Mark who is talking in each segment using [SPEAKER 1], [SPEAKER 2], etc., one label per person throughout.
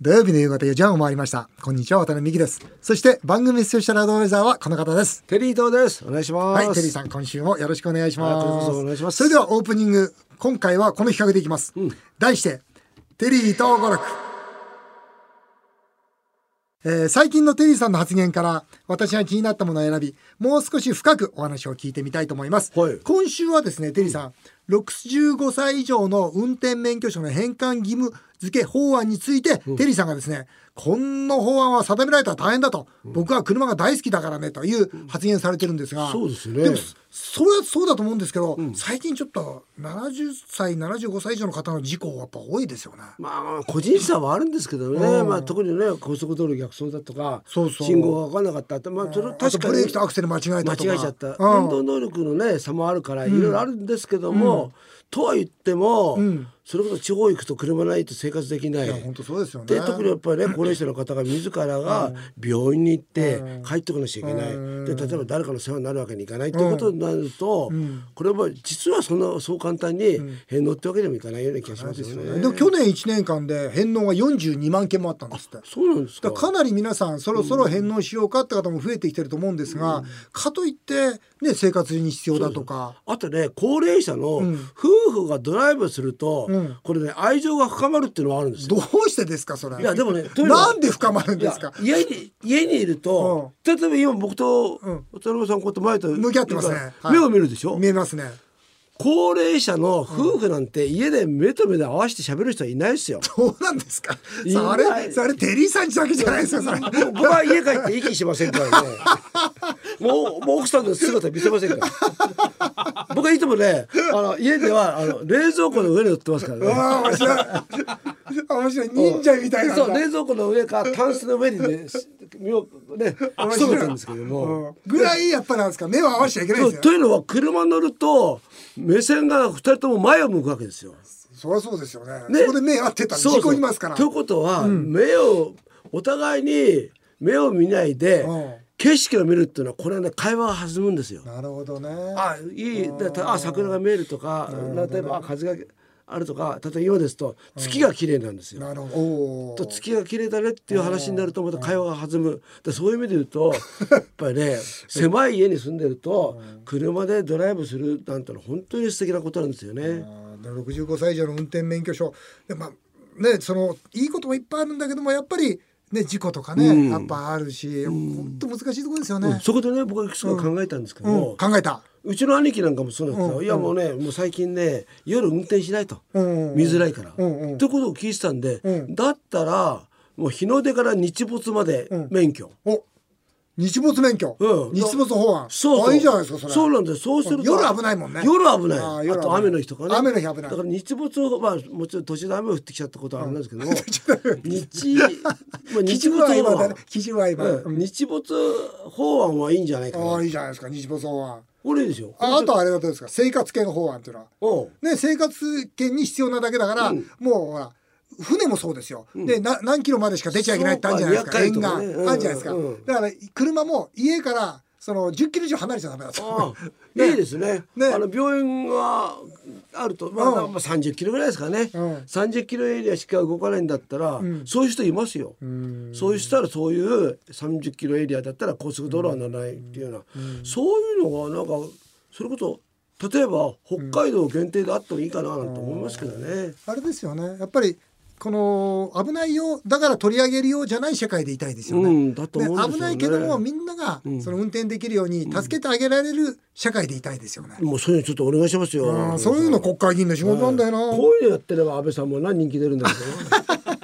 [SPEAKER 1] 土曜日の夕方4時半を回りました。こんにちは、渡辺美希です。そして番組スペシャルアドバイザーはこの方です。
[SPEAKER 2] テリー東です。お願いします。
[SPEAKER 1] はい、テリーさん、今週もよろしくお願いしま
[SPEAKER 2] あ
[SPEAKER 1] す。
[SPEAKER 2] こちらこそお願いします
[SPEAKER 1] それではオープニング、今回はこの企画でいきます。題して、テリーと語録。えー最近のテリーさんの発言から私が気になったものを選びもう少し深くお話を聞いてみたいと思います、
[SPEAKER 2] はい
[SPEAKER 1] 今週はですねテリーさん、65歳以上の運転免許証の返還義務付け法案について、テリーさんがですねこんな法案は定められたら大変だと、僕は車が大好きだからねという発言されてるんですが、
[SPEAKER 2] そうですね
[SPEAKER 1] もそれはそうだと思うんですけど、最近ちょっと70歳75歳以上の方の事故はやっぱ多いですよね
[SPEAKER 2] まあ個人差はあるんですけどね、
[SPEAKER 1] うん
[SPEAKER 2] まあ特にね高速道路逆走だとか
[SPEAKER 1] そうそう
[SPEAKER 2] 信号が分からなかったってまあそれ
[SPEAKER 1] あと
[SPEAKER 2] 確か
[SPEAKER 1] ブレ
[SPEAKER 2] に
[SPEAKER 1] ーキとアクセル間違えたと
[SPEAKER 2] 間
[SPEAKER 1] か
[SPEAKER 2] 違えちゃった、
[SPEAKER 1] うん
[SPEAKER 2] 運動能力のね差もあるからいろいろあるんですけども、とは言っても、
[SPEAKER 1] ん
[SPEAKER 2] それこそ地方行くと車ないと生活できない。
[SPEAKER 1] いや本当そうですよね
[SPEAKER 2] で特にやっぱりね高齢者の方が自らが病院に行って帰ってこなきゃいけない、
[SPEAKER 1] うん
[SPEAKER 2] で例えば誰かの世話になるわけにいかないっていうことになると、
[SPEAKER 1] ん
[SPEAKER 2] これは実はそんなそう簡単に返納ってわけにもいかないような気がしますよね。
[SPEAKER 1] でも去年1年間で返納が42万件もあったんですって。
[SPEAKER 2] そうなんです
[SPEAKER 1] だ
[SPEAKER 2] か
[SPEAKER 1] からかなり皆さんそろそろ返納しようかって方も増えてきてると思うんですが、かといって、ね、生活に必要だとか
[SPEAKER 2] あとね高齢者の
[SPEAKER 1] ん
[SPEAKER 2] 夫婦がドライブすると、
[SPEAKER 1] うん
[SPEAKER 2] これね愛情が深まるっていうのはあるんですよ。
[SPEAKER 1] どうしてですかそれ
[SPEAKER 2] いやでもねというのは
[SPEAKER 1] なんで深まるんですか
[SPEAKER 2] いや家に家にいると、例えば今僕と
[SPEAKER 1] うん
[SPEAKER 2] 渡辺さんこうやって前と
[SPEAKER 1] 向き合ってますねはい
[SPEAKER 2] 目を見るでしょ、
[SPEAKER 1] 見えますね
[SPEAKER 2] 高齢者の夫婦なんて家で目と目で合わせて喋る人はいないですよ。
[SPEAKER 1] どうなんですか
[SPEAKER 2] い
[SPEAKER 1] それ
[SPEAKER 2] ない
[SPEAKER 1] それテリーさんちだけじゃないですよそれ
[SPEAKER 2] 僕僕は家帰って息しませんからね。もうもう奥さんの姿見せませんから。僕はいつもね、あの家ではあの冷蔵庫の上に乗ってますから
[SPEAKER 1] う
[SPEAKER 2] ね。
[SPEAKER 1] わー面白い面白い忍者みたいなんだ
[SPEAKER 2] そう冷蔵庫の上かタンスの上にねし身をね潜めてるんですけど
[SPEAKER 1] う
[SPEAKER 2] も。
[SPEAKER 1] んぐらいやっぱなんですか目を合わせちゃいけない
[SPEAKER 2] そ
[SPEAKER 1] で
[SPEAKER 2] う
[SPEAKER 1] すよ
[SPEAKER 2] というのは車乗ると目線が二人とも前を向くわけですよ。
[SPEAKER 1] そりゃそうですよね
[SPEAKER 2] ね
[SPEAKER 1] そこで目合ってたら
[SPEAKER 2] そうそう
[SPEAKER 1] 事故りますから
[SPEAKER 2] ということは、目をお互いに目を見ないで、
[SPEAKER 1] うん
[SPEAKER 2] 景色を見るっていうのはこれはね会話が弾むんですよ。
[SPEAKER 1] なるほどね
[SPEAKER 2] あいいだたあ桜が見えるとか例えばあ風があるとか例えば今ですと月が綺麗なんですよ。
[SPEAKER 1] なるほどお
[SPEAKER 2] と
[SPEAKER 1] ー
[SPEAKER 2] 月が綺麗だねっていう話になるとまた会話が弾むだそういう意味で言う とやっぱりね狭い家に住んでると車でドライブするなんてのは本当に素敵なことなんですよね。
[SPEAKER 1] あーで65歳以上の運転免許証でまあねそのいいこともいっぱいあるんだけどもやっぱりね事故とかね、
[SPEAKER 2] うん
[SPEAKER 1] やっぱあるし本当、ほんと難しいところですよね、
[SPEAKER 2] うんそこでね僕はいくつか考えたんですけど
[SPEAKER 1] うん
[SPEAKER 2] も、
[SPEAKER 1] 考えた
[SPEAKER 2] うちの兄貴なんかもそうなんですよ、
[SPEAKER 1] うん
[SPEAKER 2] いやもうねもう最近ね夜運転しないと、
[SPEAKER 1] うん
[SPEAKER 2] 見づらいから、
[SPEAKER 1] うんうん
[SPEAKER 2] ってことを聞いてたんで、
[SPEAKER 1] うん
[SPEAKER 2] だったらもう日の出から日没まで
[SPEAKER 1] うん
[SPEAKER 2] 免許、
[SPEAKER 1] お日没免許、
[SPEAKER 2] うん
[SPEAKER 1] 日没法案
[SPEAKER 2] そうそう
[SPEAKER 1] あいいじゃないですかそれ
[SPEAKER 2] そうなんですそうすると
[SPEAKER 1] 夜危ないもんね
[SPEAKER 2] 夜危ない
[SPEAKER 1] あ
[SPEAKER 2] あ
[SPEAKER 1] ー夜危ない
[SPEAKER 2] と雨の日とかね
[SPEAKER 1] 雨の日危ない
[SPEAKER 2] だから日没をまあもちろん途中で雨が降ってきちゃったことはあれなんですけども、 日、まあ、
[SPEAKER 1] 基
[SPEAKER 2] 日
[SPEAKER 1] 準
[SPEAKER 2] 没
[SPEAKER 1] は
[SPEAKER 2] 法
[SPEAKER 1] 今だ
[SPEAKER 2] 案
[SPEAKER 1] ね、基準は今、
[SPEAKER 2] うん、日没法案はいいんじゃないか
[SPEAKER 1] あ
[SPEAKER 2] な
[SPEAKER 1] あいいじゃないですか日没法案
[SPEAKER 2] これいいですよ
[SPEAKER 1] ああとあれはどうですか生活圏法案っていうのは
[SPEAKER 2] おう
[SPEAKER 1] ね、生活圏に必要なだけだから、もうほら船もそうですよ、でな何キロまでしか出ちゃいけないってあるじゃないですか
[SPEAKER 2] そう
[SPEAKER 1] 沿岸、
[SPEAKER 2] か200回とかね
[SPEAKER 1] あるじゃないですか、
[SPEAKER 2] うんうんうん
[SPEAKER 1] だから車も家からその10キロ以上離れちゃダメだ
[SPEAKER 2] あ
[SPEAKER 1] と
[SPEAKER 2] あいいですね
[SPEAKER 1] ね
[SPEAKER 2] あの病院があると、まあ
[SPEAKER 1] うん
[SPEAKER 2] まあ30キロぐらいですかね、
[SPEAKER 1] うん
[SPEAKER 2] 30キロエリアしか動かないんだったら、そういう人いますよ、そうしたらそういう30キロエリアだったら高速道路は乗らないっていうような、そういうのがなんかそれこそ例えば北海道限定であってもいいかななんて思いますけどね。
[SPEAKER 1] あれですよねやっぱりこの危ないよだから取り上げるようじゃない社会でいたいですよね,、
[SPEAKER 2] うんだと思うんですよね
[SPEAKER 1] 危ないけどもみんながその運転できるように助けてあげられる社会でいたいですよね、
[SPEAKER 2] もうそういうのちょっとお願いしますよ。
[SPEAKER 1] うんそういうの国会議員の仕事なんだよな、
[SPEAKER 2] こういうのやってれば安倍さんも何人気出るんだけどね。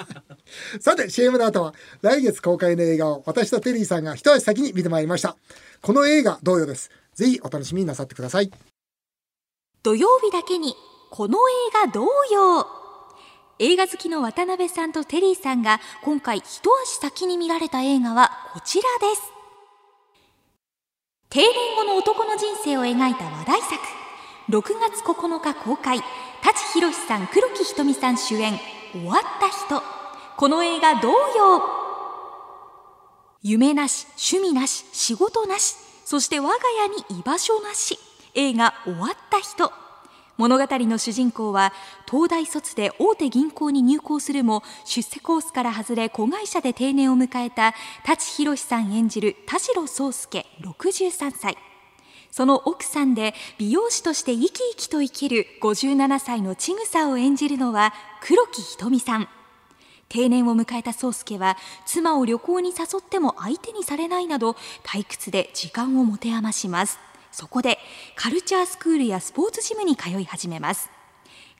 [SPEAKER 1] さて CM の後は来月公開の映画を私とテリーさんが一足先に見てまいりましたこの映画同様ですぜひお楽しみになさってください
[SPEAKER 3] 土曜日だけにこの映画同様映画好きの渡辺さんとテリーさんが今回一足先に見られた映画はこちらです定年後の男の人生を描いた話題作6月9日公開舘ひろしさん黒木瞳さん主演「終わった人」この映画同様夢なし趣味なし仕事なしそして我が家に居場所なし映画「終わった人」物語の主人公は東大卒で大手銀行に入行するも出世コースから外れ子会社で定年を迎えた舘ひろしさん演じる田代宗介63歳その奥さんで美容師として生き生きと生きる57歳のちぐさを演じるのは黒木瞳さん定年を迎えた宗介は妻を旅行に誘っても相手にされないなど退屈で時間を持て余しますそこでカルチャースクールやスポーツジムに通い始めます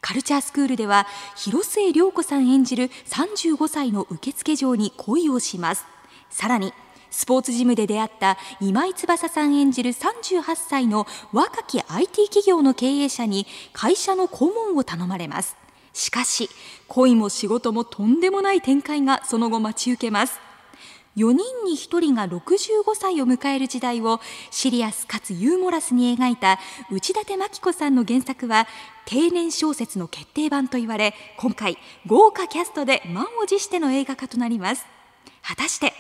[SPEAKER 3] カルチャースクールでは広末涼子さん演じる35歳の受付嬢に恋をしますさらにスポーツジムで出会った今井翼さん演じる38歳の若き IT 企業の経営者に会社の顧問を頼まれますしかし恋も仕事もとんでもない展開がその後待ち受けます4人に1人が65歳を迎える時代をシリアスかつユーモラスに描いた内館牧子さんの原作は定年小説の決定版と言われ今回豪華キャストで満を持しての映画化となります果たして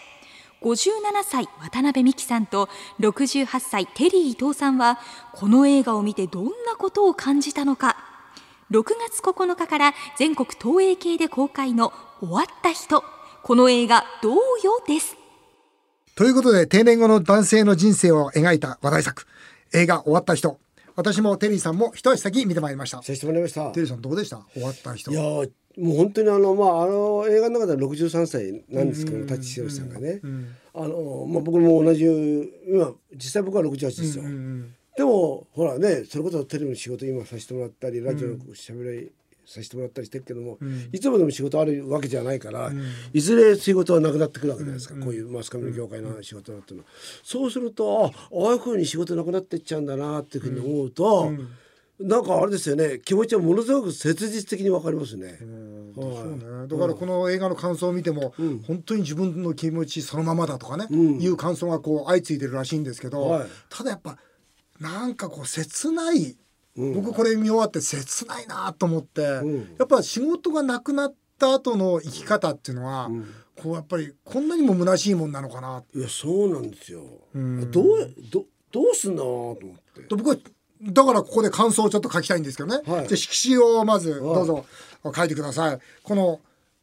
[SPEAKER 3] 57歳渡辺美樹さんと68歳テリー伊藤さんはこの映画を見てどんなことを感じたのか6月9日から全国東映系で公開の「終わった人」この映画「どうよ」です
[SPEAKER 1] ということで定年後の男性の人生を描いた話題作映画「終わった人」私もテリーさんも一足先見てまいりました
[SPEAKER 2] させてもらいました
[SPEAKER 1] テリーさんどうでした終わった人
[SPEAKER 2] いやーもう本当にあのまああの映画の中では63歳なんですけど舘ひろしさんがね、あのまあ僕も同じ今実際僕は68ですよ、でもほらねそれこそテレビの仕事今させてもらったりラジオのしゃべりさせてもらったりしてるけども、いつまでも仕事あるわけじゃないから、いずれ仕事はなくなってくるわけじゃないですか、こういうマスコミの業界の仕事だっていうのは、そうするとあああいうふうに仕事なくなってっちゃうんだなっていうふうに思うと、なんかあれですよね気持ちはものすごく切実的にわかりますね。はい
[SPEAKER 1] そうね、だからこの映画の感想を見ても、本当に自分の気持ちそのままだとかね、いう感想がこう相次いでるらしいんですけど、
[SPEAKER 2] はい
[SPEAKER 1] ただやっぱなんかこう切ない、僕これ見終わって切ないなと思って、
[SPEAKER 2] ん
[SPEAKER 1] やっぱ仕事がなくなった後の生き方っていうのは、こうやっぱりこんなにも虚しいもんなのかなって
[SPEAKER 2] いやそうなんですよ。どうどどうすんだろうなと思って。
[SPEAKER 1] 僕はだからここで感想をちょっと書きたいんですけどね、
[SPEAKER 2] はい
[SPEAKER 1] じゃあ色紙をまずどうぞ書いてくださいこの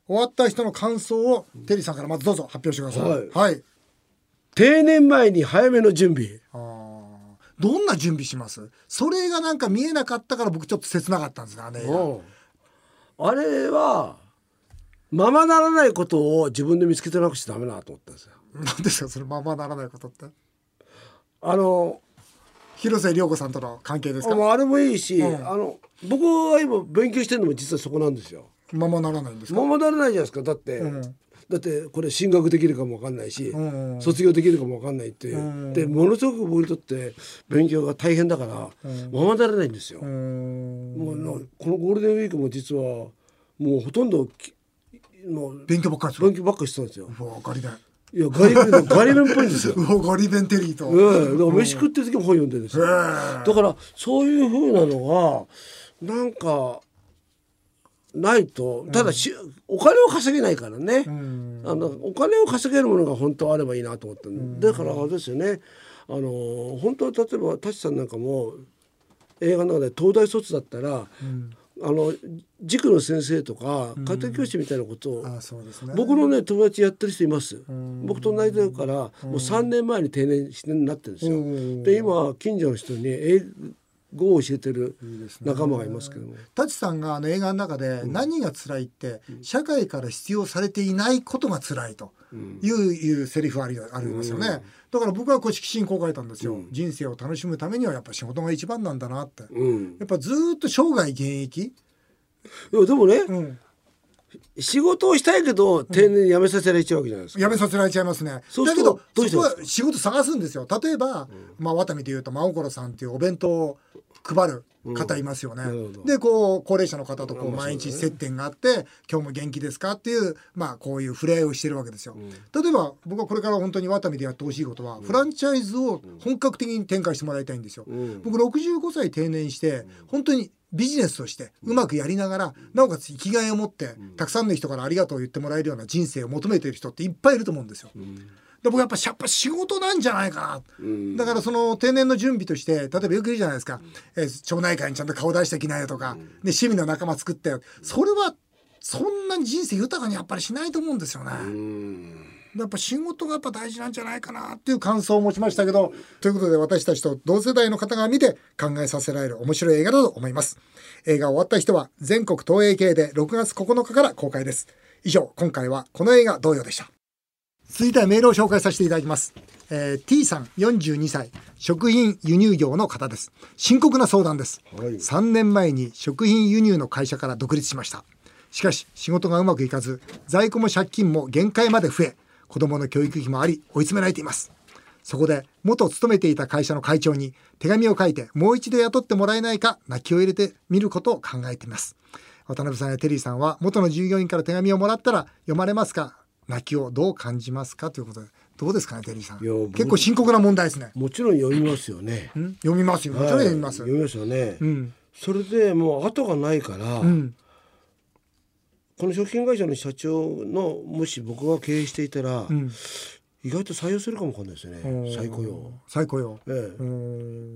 [SPEAKER 1] 終わった人の感想をテリーさんからまずどうぞ発表してください
[SPEAKER 2] はい
[SPEAKER 1] はい
[SPEAKER 2] 定年前に早めの準備。
[SPEAKER 1] あーどんな準備しますそれがなんか見えなかったから僕ちょっと切なかったんですがね
[SPEAKER 2] うんあれはままならないことを自分で見つけてなくちゃダメだなと思ったんですよ。
[SPEAKER 1] なんですかそれままならないことって
[SPEAKER 2] あの
[SPEAKER 1] 広瀬涼子さんとの関係ですか
[SPEAKER 2] もうあれもいいし、
[SPEAKER 1] ん
[SPEAKER 2] あの僕は今勉強してるのも実はそこなんですよ。
[SPEAKER 1] ままならないんですか
[SPEAKER 2] ままならないじゃないですかだって、だってこれ進学できるかもわかんないし、
[SPEAKER 1] ん
[SPEAKER 2] 卒業できるかもわかんないっていう、でものすごく僕にとって勉強が大変だから、ままならないんですよ。
[SPEAKER 1] うーん
[SPEAKER 2] もうなこのゴールデンウィークも実はもうほとんどきもう
[SPEAKER 1] 勉強ばっかりする
[SPEAKER 2] 勉強ばっかりしてたんですよ。
[SPEAKER 1] うわガリ弁
[SPEAKER 2] いやガリベンガリベンっぽいんですよ。
[SPEAKER 1] うわガリ弁テリーと、
[SPEAKER 2] ええ、だから飯食ってる時も本読んでるんですよ。だからそういう風なのがなんかないとただし、お金を稼げないからね、あのお金を稼げるものが本当はあればいいなと思ったんでだからあれですよねあの本当は例えば舘さんなんかも映画の中で東大卒だったら、あの塾の先生とか家庭教師みたいなことを、
[SPEAKER 1] あーそうですね
[SPEAKER 2] 僕のね友達やってる人います僕と同じだからもう3年前に定年してなってるんですよで今近所の人に英語を教えてる仲間がいますけども
[SPEAKER 1] 舘さんがあの映画の中で何が辛いって、社会から必要されていないことが辛いという,、いうセリフありありますよね、だから僕はこう色紙にこう書いたんですよ、人生を楽しむためにはやっぱ仕事が一番なんだなって、
[SPEAKER 2] うん
[SPEAKER 1] やっぱずーっと生涯現役、
[SPEAKER 2] でもでもね、
[SPEAKER 1] うん、
[SPEAKER 2] 仕事をしたいけど定年辞めさせられちゃうわけじゃないですか
[SPEAKER 1] 辞めさせられちゃいますね
[SPEAKER 2] そう
[SPEAKER 1] だ
[SPEAKER 2] す
[SPEAKER 1] け
[SPEAKER 2] る
[SPEAKER 1] どそ
[SPEAKER 2] とどうして
[SPEAKER 1] こ
[SPEAKER 2] ます
[SPEAKER 1] は仕事探すんですよ例えば、まあ、ワタミでいうと真心さんっていうお弁当を配る方いますよね、
[SPEAKER 2] なるほど
[SPEAKER 1] でこう高齢者の方とこう毎日接点があって「今日も元気ですか?」っていう、まあ、こういう触れ合いをしてるわけですよ、例えば僕はこれから本当にワタミでやってほしいことは、フランチャイズを本格的に展開してもらいたいんですよ、僕65歳定年して本当にビジネスとしてうまくやりながらなおかつ生きがいを持ってたくさんの人からありがとうを言ってもらえるような人生を求めている人っていっぱいいると思うんですよ。で僕やっぱやっぱ仕事なんじゃないかなだからその定年の準備として例えばよく言うじゃないですか、えー町内会にちゃんと顔出してきなよとか、ね、市民の仲間作ってよそれはそんなに人生豊かにやっぱりしないと思うんですよね。やっぱ仕事がやっぱ大事なんじゃないかなっていう感想を持ちましたけどということで私たちと同世代の方が見て考えさせられる面白い映画だと思います映画終わった人は全国東映系で6月9日から公開です以上今回はこの映画同様でした続いてはメールを紹介させていただきます、えー T さん42歳食品輸入業の方です深刻な相談です、
[SPEAKER 2] はい
[SPEAKER 1] 3年前に食品輸入の会社から独立しましたしかし仕事がうまくいかず在庫も借金も限界まで増え子供の教育費もあり追い詰められていますそこで元勤めていた会社の会長に手紙を書いてもう一度雇ってもらえないか泣きを入れてみることを考えています渡辺さんやテリーさんは元の従業員から手紙をもらったら読まれますか泣きをどう感じますかということでどうですかねテリーさん
[SPEAKER 2] いや僕
[SPEAKER 1] 結構深刻な問題ですね
[SPEAKER 2] もちろん読みますよね。
[SPEAKER 1] ん読みますよもちろん読みます、
[SPEAKER 2] はい読みますよね。
[SPEAKER 1] ん
[SPEAKER 2] それでもう後がないから、
[SPEAKER 1] うん
[SPEAKER 2] この食品会社の社長のもし僕が経営していたら、意外と採用するかもわかんないですよ
[SPEAKER 1] うん
[SPEAKER 2] ね。再雇用。
[SPEAKER 1] 最高よ、
[SPEAKER 2] え
[SPEAKER 1] う
[SPEAKER 2] え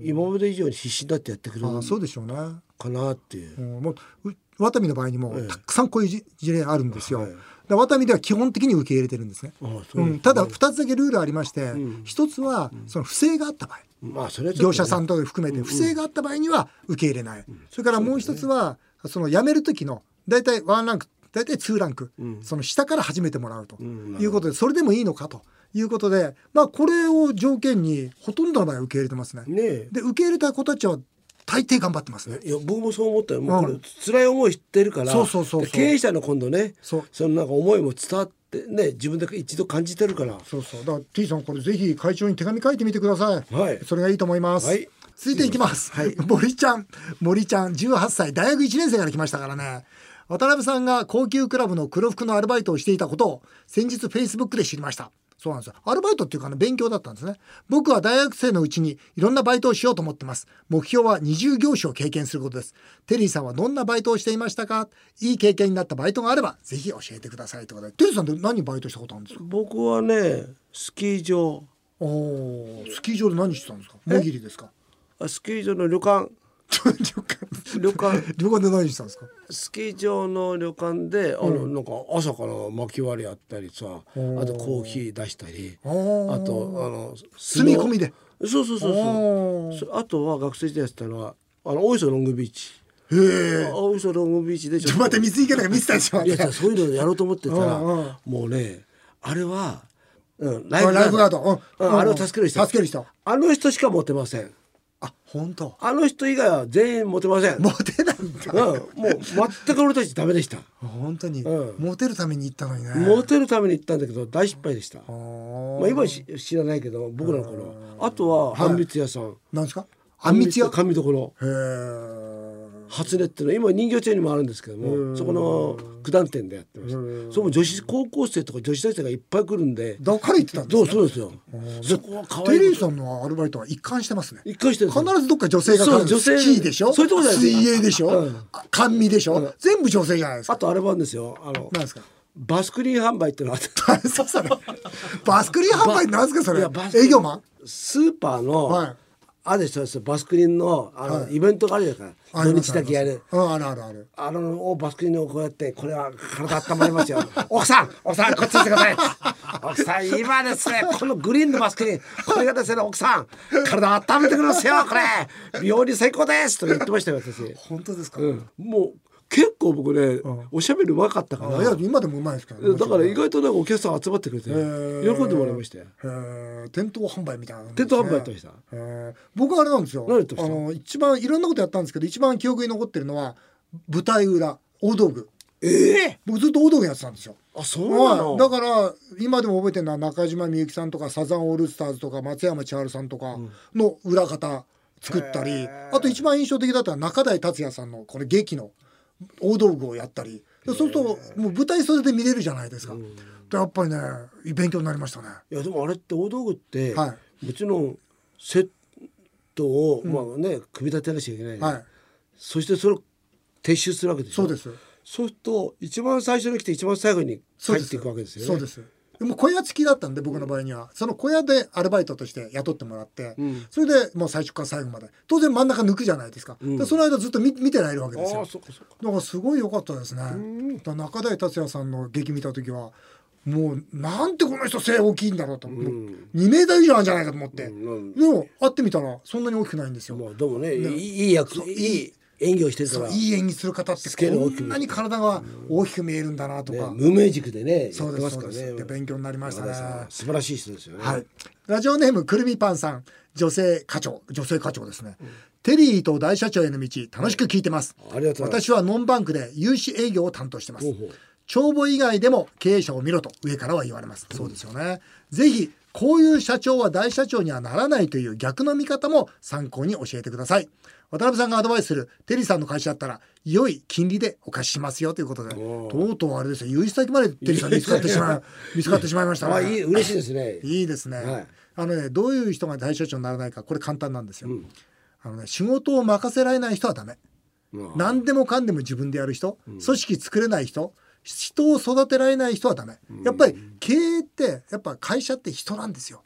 [SPEAKER 1] ん
[SPEAKER 2] 今まで以上に必死になってやってくれる
[SPEAKER 1] あそうでしょうね、
[SPEAKER 2] かなっていう
[SPEAKER 1] う。んもううワタミの場合にも
[SPEAKER 2] ええ
[SPEAKER 1] たくさんこういうじ事例あるんですよ、
[SPEAKER 2] はい
[SPEAKER 1] でワタミでは基本的に受け入れてるんですね
[SPEAKER 2] あそうです
[SPEAKER 1] う
[SPEAKER 2] ね
[SPEAKER 1] ん、ただ2つだけルールありまして、
[SPEAKER 2] ん
[SPEAKER 1] 一1つはその不正があった場合、
[SPEAKER 2] まあそれはち
[SPEAKER 1] 業
[SPEAKER 2] ょっとね
[SPEAKER 1] 者さんとか含めて不正があった場合には受け入れない、それからもう一つはその辞める時の大体ワンランク大体ツーランク、その下から始めてもらうということで、それでもいいのかということでまあこれを条件にほとんどの場合受け入れてますね。
[SPEAKER 2] ねえ。
[SPEAKER 1] で受け入れた子たちは大抵頑張ってますね。
[SPEAKER 2] いや僕もそう思ったよ。もうこ
[SPEAKER 1] う
[SPEAKER 2] れ
[SPEAKER 1] ん
[SPEAKER 2] 辛い思いしてるから、
[SPEAKER 1] そうそうそうそう
[SPEAKER 2] 経営者の今度ね、
[SPEAKER 1] そう
[SPEAKER 2] のなんか思いも伝わってね自分で一度感じてるから。
[SPEAKER 1] そうそうだから T さんこれぜひ会長に手紙書いてみてください、
[SPEAKER 2] はい
[SPEAKER 1] それがいいと思います、
[SPEAKER 2] はい
[SPEAKER 1] 続いていきます、森ちゃん森ちゃん18歳大学1年生から来ましたからね渡辺さんが高級クラブの黒服のアルバイトをしていたことを先日 Facebook で知りましたそうなんですよアルバイトっていうかね勉強だったんですね僕は大学生のうちにいろんなバイトをしようと思ってます目標は20業種を経験することですテリーさんはどんなバイトをしていましたかいい経験になったバイトがあればぜひ教えてくださいということでテリーさんって何バイトしたことあるんですか
[SPEAKER 2] 僕はねスキー場
[SPEAKER 1] おお、スキー場で何してたんですか。もぎりですか。
[SPEAKER 2] あスキー場の旅館
[SPEAKER 1] ちょ旅館
[SPEAKER 2] 旅館
[SPEAKER 1] 旅館で何してたんですか。
[SPEAKER 2] スキー場の旅館であの、なんか朝から薪割りやったりさあ
[SPEAKER 1] ー
[SPEAKER 2] とコーヒー出したりあ
[SPEAKER 1] おー
[SPEAKER 2] とあの
[SPEAKER 1] 住み込みで
[SPEAKER 2] そうそうそう
[SPEAKER 1] おー
[SPEAKER 2] そうそあとは学生時代やってたのはあの大磯ロングビーチ
[SPEAKER 1] へえ。
[SPEAKER 2] あ大磯ロングビーチで
[SPEAKER 1] ちょっと待って、水池なんか見てたでしょ。
[SPEAKER 2] いやさそういうのやろうと思ってたら
[SPEAKER 1] うんうん
[SPEAKER 2] もうねあれは、うん、
[SPEAKER 1] あライフガードうん
[SPEAKER 2] うんあれを助ける人
[SPEAKER 1] 助ける人
[SPEAKER 2] あの人しか持てません
[SPEAKER 1] あ、本当。
[SPEAKER 2] あの人以外は全員モテません。うん、も
[SPEAKER 1] モテないんだ。
[SPEAKER 2] う全く俺たちダメでした。
[SPEAKER 1] 本当に、
[SPEAKER 2] うん
[SPEAKER 1] モテるために行ったのにね。
[SPEAKER 2] モテるために行ったんだけど大失敗でした。
[SPEAKER 1] あ
[SPEAKER 2] ま
[SPEAKER 1] ー
[SPEAKER 2] あ今はし知らないけど僕らの頃は。あとはあんみつ屋さん。
[SPEAKER 1] なんですか。あんみつ屋。へ
[SPEAKER 2] 神所。
[SPEAKER 1] え。
[SPEAKER 2] 初音っていうのは今人形町にもあるんですけどもそこの九段店でやってましたそこも女子高校生とか女子大生がいっぱい来るんで
[SPEAKER 1] だから行ってたんで
[SPEAKER 2] ど
[SPEAKER 1] す
[SPEAKER 2] う
[SPEAKER 1] か。
[SPEAKER 2] そうですよそこは可愛
[SPEAKER 1] テ
[SPEAKER 2] い
[SPEAKER 1] リーさんのアルバイトは一貫してますね。
[SPEAKER 2] 一回してるんです
[SPEAKER 1] 必
[SPEAKER 2] よ
[SPEAKER 1] ずどっか女性が絡む
[SPEAKER 2] そう女性
[SPEAKER 1] スキーでしょ
[SPEAKER 2] そういうとこだよね
[SPEAKER 1] 水泳でしょ、
[SPEAKER 2] うん
[SPEAKER 1] あ甘味でしょ、全部女性じゃないですか
[SPEAKER 2] あとあれもあるんですよあの
[SPEAKER 1] なんですか
[SPEAKER 2] バスクリーン販売ってのがあって
[SPEAKER 1] 何ですかそれバスクリン販売って何ですかそ
[SPEAKER 2] い
[SPEAKER 1] れ
[SPEAKER 2] やバス
[SPEAKER 1] 営業マン
[SPEAKER 2] スーパーの、
[SPEAKER 1] はい
[SPEAKER 2] あるでしょそうバスクリンのあの、
[SPEAKER 1] はい
[SPEAKER 2] イベントがあるじゃないですか
[SPEAKER 1] あり
[SPEAKER 2] 土
[SPEAKER 1] ます
[SPEAKER 2] 日だけやる
[SPEAKER 1] うんあるあるある
[SPEAKER 2] あのおバスクリンのこうやってこれは体温まりますよ 奥さん奥さんこっち来てください 奥さん今ですねこのグリーンのバスクリンこれがですね奥さん体温めてくれますよこれ美容に最高ですとか言ってましたよ私、
[SPEAKER 1] 本当ですか、
[SPEAKER 2] うん、もう結構僕ね、おしゃべりうまかったから
[SPEAKER 1] あいや今でもうまいですけどね
[SPEAKER 2] だから
[SPEAKER 1] へ
[SPEAKER 2] 意外となんかお客さん集まってくれて喜
[SPEAKER 1] ー
[SPEAKER 2] んでもらいましたよ
[SPEAKER 1] え店頭販売みたいな、ね、
[SPEAKER 2] 店頭販売やってました
[SPEAKER 1] へー僕はあれなんですよ
[SPEAKER 2] 何やってま
[SPEAKER 1] あ
[SPEAKER 2] した
[SPEAKER 1] の一番いろんなことやったんですけど一番記憶に残ってるのは舞台裏大道具
[SPEAKER 2] ええ
[SPEAKER 1] 僕ずっと大道具やってたんですよ
[SPEAKER 2] あそうな
[SPEAKER 1] は
[SPEAKER 2] の
[SPEAKER 1] い、だから今でも覚えてるのは中島みゆきさんとかサザンオールスターズとか松山千春さんとかの裏方作ったり、あと一番印象的だったのは中台達也さんのこれ劇の大道具をやったりでそうするともう舞台袖で見れるじゃないですか。でやっぱりね勉強になりましたね。
[SPEAKER 2] いやでもあれって大道具って、
[SPEAKER 1] は
[SPEAKER 2] もちろんセットを、まあね組み立てなきゃいけない、
[SPEAKER 1] はい、
[SPEAKER 2] そしてそれを撤収するわけでしょ
[SPEAKER 1] そうです。
[SPEAKER 2] そうすると一番最初に来て一番最後に帰っていくわけですよね
[SPEAKER 1] そうです。もう小屋付きだったんで僕の場合には、その小屋でアルバイトとして雇ってもらって、
[SPEAKER 2] うん
[SPEAKER 1] それでもう最初から最後まで当然真ん中抜くじゃないですか、
[SPEAKER 2] うん
[SPEAKER 1] でその間ずっと見見てられるわけです
[SPEAKER 2] ああ
[SPEAKER 1] よ
[SPEAKER 2] そっかそっか
[SPEAKER 1] だからすごい良かったですね
[SPEAKER 2] ん
[SPEAKER 1] だから中台達也さんの劇見た時はもうなんてこの人背大きいんだろうと、もう2メーター以上あるんじゃないかと思って、
[SPEAKER 2] うん
[SPEAKER 1] でも会ってみたらそんなに大きくないんですよ、
[SPEAKER 2] まあでもねいいいい役いい演技をしてた
[SPEAKER 1] そ
[SPEAKER 2] ら
[SPEAKER 1] ういい演技する方って
[SPEAKER 2] スケール
[SPEAKER 1] こ
[SPEAKER 2] 大きく
[SPEAKER 1] んなに体が大きく見えるんだなとか、
[SPEAKER 2] ね無名塾でね
[SPEAKER 1] そうです
[SPEAKER 2] やって
[SPEAKER 1] そう
[SPEAKER 2] ま
[SPEAKER 1] です
[SPEAKER 2] から
[SPEAKER 1] すで
[SPEAKER 2] ね
[SPEAKER 1] 勉強になりましたね
[SPEAKER 2] 和田さん素晴らしい人ですよね
[SPEAKER 1] はい。ラジオネームくるみパンさん、女性課長、女性課長ですね。テリーと大社長への道、楽しく聞いてます。
[SPEAKER 2] ありがとうございます
[SPEAKER 1] 私はノンバンクで融資営業を担当してます
[SPEAKER 2] ほうほう。
[SPEAKER 1] 帳簿以外でも経営者を見ろと上からは言われます。そうですよね。ぜひこういう社長は大社長にはならないという逆の見方も参考に教えてください。渡辺さんがアドバイスするテリーさんの会社だったら良い金利でお貸ししますよということで、
[SPEAKER 2] おー
[SPEAKER 1] とうとうあれですよ、融資先までテリーさん見つかってしまう、見つかってしまいましたね。
[SPEAKER 2] あいい嬉しいですね
[SPEAKER 1] いいですね。
[SPEAKER 2] はい
[SPEAKER 1] あのね、どういう人が大社長にならないか、これ簡単なんですよ。あのね、仕事を任せられない人はダメ。
[SPEAKER 2] うん
[SPEAKER 1] 何でもかんでも自分でやる人、組織作れない人、人を育てられない人はダメ。やっぱり経営って、やっぱ会社って人なんですよ。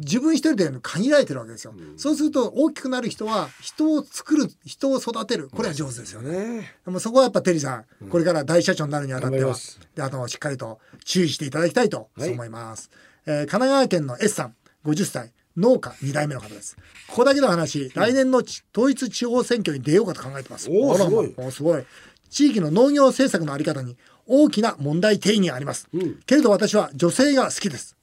[SPEAKER 1] 自分一人でやるの限られてるわけですよ。そうすると大きくなる人は人を作る、人を育てる。これは上手ですよね。
[SPEAKER 2] ね
[SPEAKER 1] でもそこはやっぱテリーさん、これから大社長になるにあたって
[SPEAKER 2] 頑張り
[SPEAKER 1] は
[SPEAKER 2] ます、
[SPEAKER 1] であのしっかりと注意していただきたいと
[SPEAKER 2] はい
[SPEAKER 1] そう思います。えー神奈川県の S さん、50歳、農家2代目の方です。ここだけの話、来年のち統一地方選挙に出ようかと考えてます。
[SPEAKER 2] おー
[SPEAKER 1] あら
[SPEAKER 2] すごい
[SPEAKER 1] おすごい。地域の農業政策のあり方に大きな問題定義があります。けれど私は女性が好きです。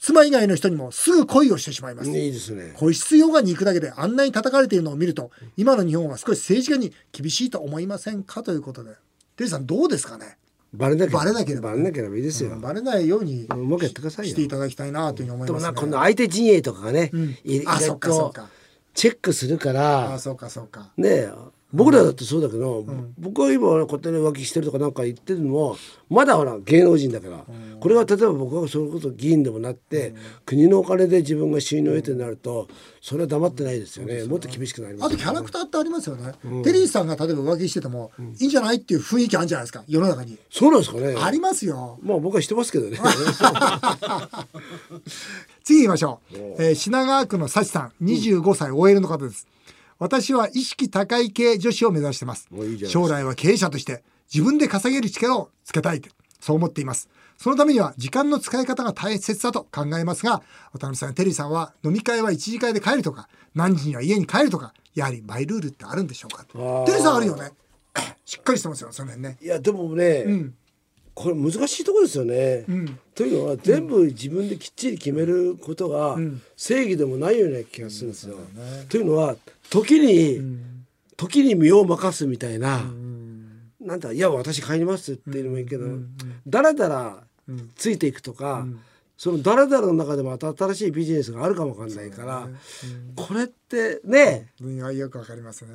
[SPEAKER 1] 妻以外の人にもすぐ恋をしてしまいます。
[SPEAKER 2] いいですね
[SPEAKER 1] 固執ヨガに行くだけであんなに叩かれているのを見ると今の日本は少し政治家に厳しいと思いませんかということでテリーさんどうですかね
[SPEAKER 2] バレなけ
[SPEAKER 1] バレなければ
[SPEAKER 2] バレなければいいですよ
[SPEAKER 1] バレないように
[SPEAKER 2] うまくやってくださいよ
[SPEAKER 1] していただきたいなというふうに思い
[SPEAKER 2] でも
[SPEAKER 1] ます
[SPEAKER 2] な
[SPEAKER 1] ね
[SPEAKER 2] んかこの相手陣営とかがね、い
[SPEAKER 1] あ
[SPEAKER 2] 意
[SPEAKER 1] そ
[SPEAKER 2] 外
[SPEAKER 1] っかそっ
[SPEAKER 2] と
[SPEAKER 1] か
[SPEAKER 2] チェックするか
[SPEAKER 1] あ
[SPEAKER 2] ら
[SPEAKER 1] そうかそうか
[SPEAKER 2] ね僕らだってそうだけど、僕は今勝手に浮気してるとかなんか言ってるのもまだほら芸能人だから、これが例えば僕がそれこそ議員でもなって、国のお金で自分が収入を得てなるとそれは黙ってないですよね、もっと厳しくなりま
[SPEAKER 1] あ
[SPEAKER 2] す
[SPEAKER 1] と
[SPEAKER 2] よ
[SPEAKER 1] キャラクターってありますよね、テリーさんが例えば浮気してても、いいんじゃないっていう雰囲気あるんじゃないですか世の中に、
[SPEAKER 2] そうなんですかね
[SPEAKER 1] ありますよ
[SPEAKER 2] まあ僕はしてますけどね
[SPEAKER 1] 次行きましょう、えー品川区の幸さん25歳 OL の方です、私は意識高い系女子を目指してます
[SPEAKER 2] おいいじゃないですか
[SPEAKER 1] 将来は経営者として自分で稼げる力をつけたいとそう思っていますそのためには時間の使い方が大切だと考えますが渡辺さんやテリーさんは飲み会は1次会で帰るとか何時には家に帰るとかやはりマイルールってあるんでしょうかテ
[SPEAKER 2] ー
[SPEAKER 1] リーさんあるよね しっかりしてますよその辺ね
[SPEAKER 2] いやでもね、これ難しいところですよね。というのは全部自分できっちり決めることが正義でもないような気がするんですよ。というのは時に、時に身を任すみたいな、なんだいや私帰りますっていうのもいいけど、だらだらついていくとか、そのだらだらの中でもまた新しいビジネスがあるかもわかんないから、これってね、
[SPEAKER 1] 分がよくわかりますね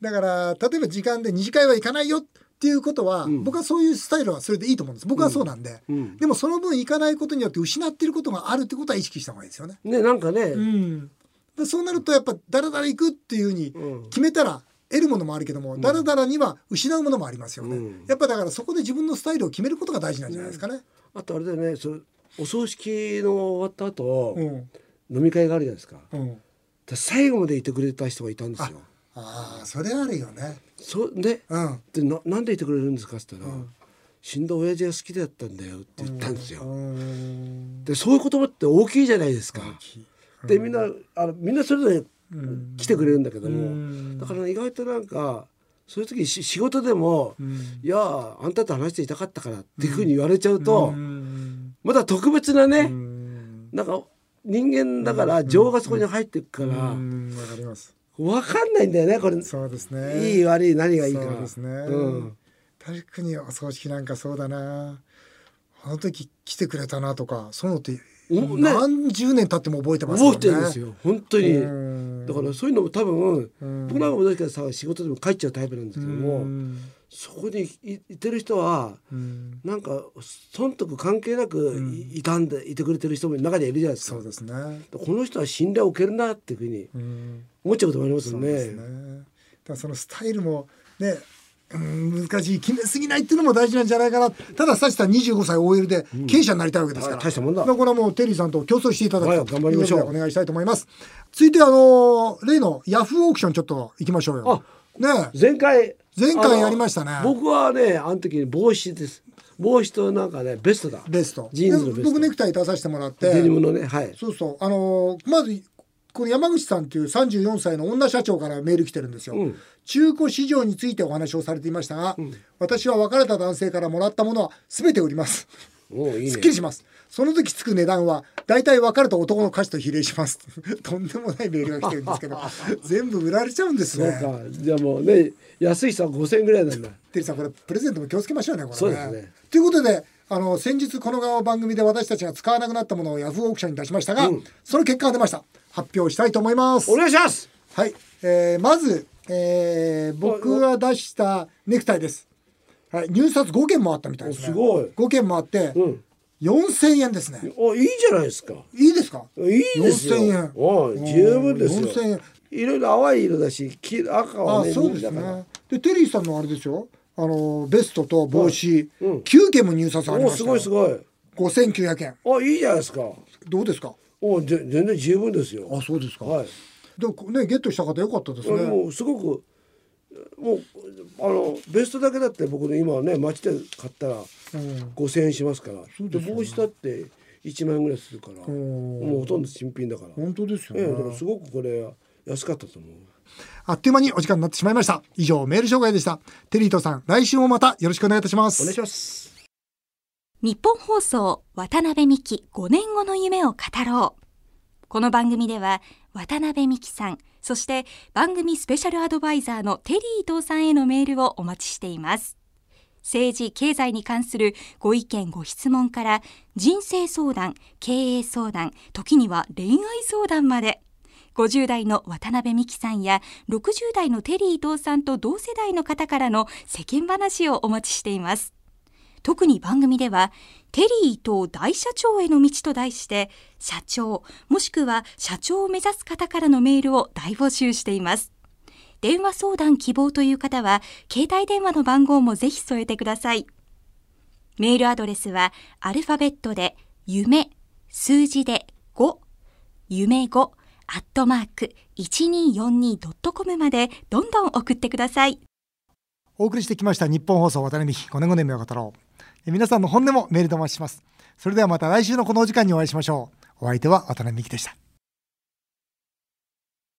[SPEAKER 1] だから例えば時間で二次会は行かないよっていうことは、僕はそういうスタイルはそれでいいと思うんです僕はそうなんで、
[SPEAKER 2] うん
[SPEAKER 1] でもその分行かないことによって失っていることがあるってことは意識した方がいいですよね、
[SPEAKER 2] ねなんかね、
[SPEAKER 1] うん、でそうなるとやっぱだらだら行くっていうふうに
[SPEAKER 2] うん
[SPEAKER 1] 決めたら得るものもあるけども、だらだらには失うものもありますよね、
[SPEAKER 2] うん
[SPEAKER 1] やっぱだからそこで自分のスタイルを決めることが大事なんじゃないですかね、
[SPEAKER 2] あとあれだよね、そのお葬式の終わった後、
[SPEAKER 1] うん
[SPEAKER 2] 飲み会があるじゃないですか。
[SPEAKER 1] うん、
[SPEAKER 2] で最後までいてくれた人がいたんですよ。
[SPEAKER 1] ああそれあるよね
[SPEAKER 2] そで、
[SPEAKER 1] うん
[SPEAKER 2] でななんでいてくれるんですかって言ったら、死んだ親父が好きだったんだよって言ったんですよ。
[SPEAKER 1] うん
[SPEAKER 2] でそういう言葉って大きいじゃないですか。でみんなあのみんなそれぞれ来てくれるんだけども、
[SPEAKER 1] ん
[SPEAKER 2] だからね意外となんかそういう時し仕事でも、いやーあんたと話していたかったからっていうふうに言われちゃうと、
[SPEAKER 1] うん
[SPEAKER 2] また特別なね、
[SPEAKER 1] うん
[SPEAKER 2] なんか人間だから情がそこに入ってくから、
[SPEAKER 1] うんわかります
[SPEAKER 2] わかんないんだよねこれ、
[SPEAKER 1] そうですね
[SPEAKER 2] いい悪い何がいいか
[SPEAKER 1] そうですね、
[SPEAKER 2] うん
[SPEAKER 1] 確かにお葬式なんかそうだなあの時来てくれたなとかそういうのって
[SPEAKER 2] おね
[SPEAKER 1] 何十年経っても覚えてますもん
[SPEAKER 2] 覚
[SPEAKER 1] ね
[SPEAKER 2] えてるんですよ本当に、
[SPEAKER 1] うん
[SPEAKER 2] だからそういうのも多分、
[SPEAKER 1] ん
[SPEAKER 2] 僕なんかも確かにさ仕事でも帰っちゃうタイプなんですけども、
[SPEAKER 1] うん
[SPEAKER 2] そこにいいてる人は
[SPEAKER 1] うん
[SPEAKER 2] なんか損得関係なくいいたんでいてくれてる人も中にはいるじゃないですか
[SPEAKER 1] そうですね
[SPEAKER 2] この人は信頼を受けるなっていうふうに
[SPEAKER 1] うん
[SPEAKER 2] 思っちゃうこともありますよ
[SPEAKER 1] そう
[SPEAKER 2] ね
[SPEAKER 1] ですねだからそのスタイルもねうん難しい決めすぎないっていうのも大事なんじゃないかなただサチさん25歳 OL で経営者になりたいわけですから、
[SPEAKER 2] はい大したもんだ
[SPEAKER 1] これはもうテリーさんと競争していただくと、
[SPEAKER 2] はい頑張りましょう
[SPEAKER 1] といことでお願いしたいと思います続いてあのー例のヤフーオークションちょっと行きましょうよねえ
[SPEAKER 2] 前回
[SPEAKER 1] 前回
[SPEAKER 2] あの
[SPEAKER 1] やりましたね
[SPEAKER 2] 僕はねあの時に帽子です帽子となんかねベストだ
[SPEAKER 1] ベスト
[SPEAKER 2] ジーンズのベスト
[SPEAKER 1] で僕ネクタイ出させてもらって
[SPEAKER 2] デニムのねはい
[SPEAKER 1] そうそうあのーまずこの山口さんっていう34歳の女社長からメール来てるんですよ、
[SPEAKER 2] うん
[SPEAKER 1] 中古市場についてお話をされていましたが、私は別れた男性からもらったものは全て売ります
[SPEAKER 2] おういいね
[SPEAKER 1] すっきりしますその時つく値段は大体別れた男の価値と比例します とんでもないメールが来てるんです けど全部売られちゃうんです
[SPEAKER 2] そう
[SPEAKER 1] ね
[SPEAKER 2] かじゃあもうね安い人は5000円ぐらいなんだ
[SPEAKER 1] テリーさんこれプレゼントも気をつけましょうねこれね
[SPEAKER 2] そうですね
[SPEAKER 1] ということであの先日この側番組で私たちが使わなくなったものをヤフーオークションに出しましたが、その結果が出ました発表したいと思います
[SPEAKER 2] お願いします
[SPEAKER 1] はい、えー、まず、えー、僕が出したネクタイです。はい、入札5件もあったみたいですね。
[SPEAKER 2] おすごい
[SPEAKER 1] 5件もあって、
[SPEAKER 2] うん
[SPEAKER 1] 4000円ですね。
[SPEAKER 2] おいいじゃないですか
[SPEAKER 1] いいですか？
[SPEAKER 2] いいですよ
[SPEAKER 1] 4000円
[SPEAKER 2] おう十分ですよ
[SPEAKER 1] 4000円。
[SPEAKER 2] いろいろ淡い色だし黄色赤
[SPEAKER 1] あ
[SPEAKER 2] はね
[SPEAKER 1] そうです
[SPEAKER 2] 人気だから
[SPEAKER 1] ね。でテリーさんのあれですよ。あのベストと帽子、
[SPEAKER 2] うんうん
[SPEAKER 1] 9件も入札あり
[SPEAKER 2] お
[SPEAKER 1] ま
[SPEAKER 2] す
[SPEAKER 1] した。
[SPEAKER 2] ごいすごい
[SPEAKER 1] 5900円。
[SPEAKER 2] おいいじゃないですか
[SPEAKER 1] どうですか？
[SPEAKER 2] おぜ全然十分ですよ
[SPEAKER 1] あそうですか。
[SPEAKER 2] はい
[SPEAKER 1] でこねゲットした方良かったです
[SPEAKER 2] これ
[SPEAKER 1] ね。
[SPEAKER 2] もうすごくもうあのベストだけだって僕ね今はね街で買ったら
[SPEAKER 1] うん
[SPEAKER 2] 5,000円しますから、で帽子だって1万円ぐらいするから
[SPEAKER 1] ん
[SPEAKER 2] もうほとんど新品だから、
[SPEAKER 1] 本当ですよ
[SPEAKER 2] え
[SPEAKER 1] ね。
[SPEAKER 2] えだからすごくこれ安かったと思う。
[SPEAKER 1] あっという間にお時間になってしまいました。以上、メール紹介でした。テリーとさん、来週もまたよろしくお願いいたします。
[SPEAKER 2] ます。
[SPEAKER 3] 日本放送渡辺美希5年後の夢を語ろうこの番組では渡辺美希さんそして番組スペシャルアドバイザーのテリー伊藤さんへのメールをお待ちしています政治経済に関するご意見ご質問から人生相談経営相談時には恋愛相談まで50代の渡辺美希さんや60代のテリー伊藤さんと同世代の方からの世間話をお待ちしています特に番組では「テリーと大社長への道」と題して社長もしくは社長を目指す方からのメールを大募集しています電話相談希望という方は携帯電話の番号もぜひ添えてくださいメールアドレスはアルファベットで夢数字で5夢5アットマーク 1242.com までどんどん送ってください
[SPEAKER 1] お送りしてきました日本放送渡辺美希5年5年目を語ろう。え皆さんの本音もメールでお待ちします。それではまた来週のこのお時間にお会いしましょう。お相手は渡辺美希でした。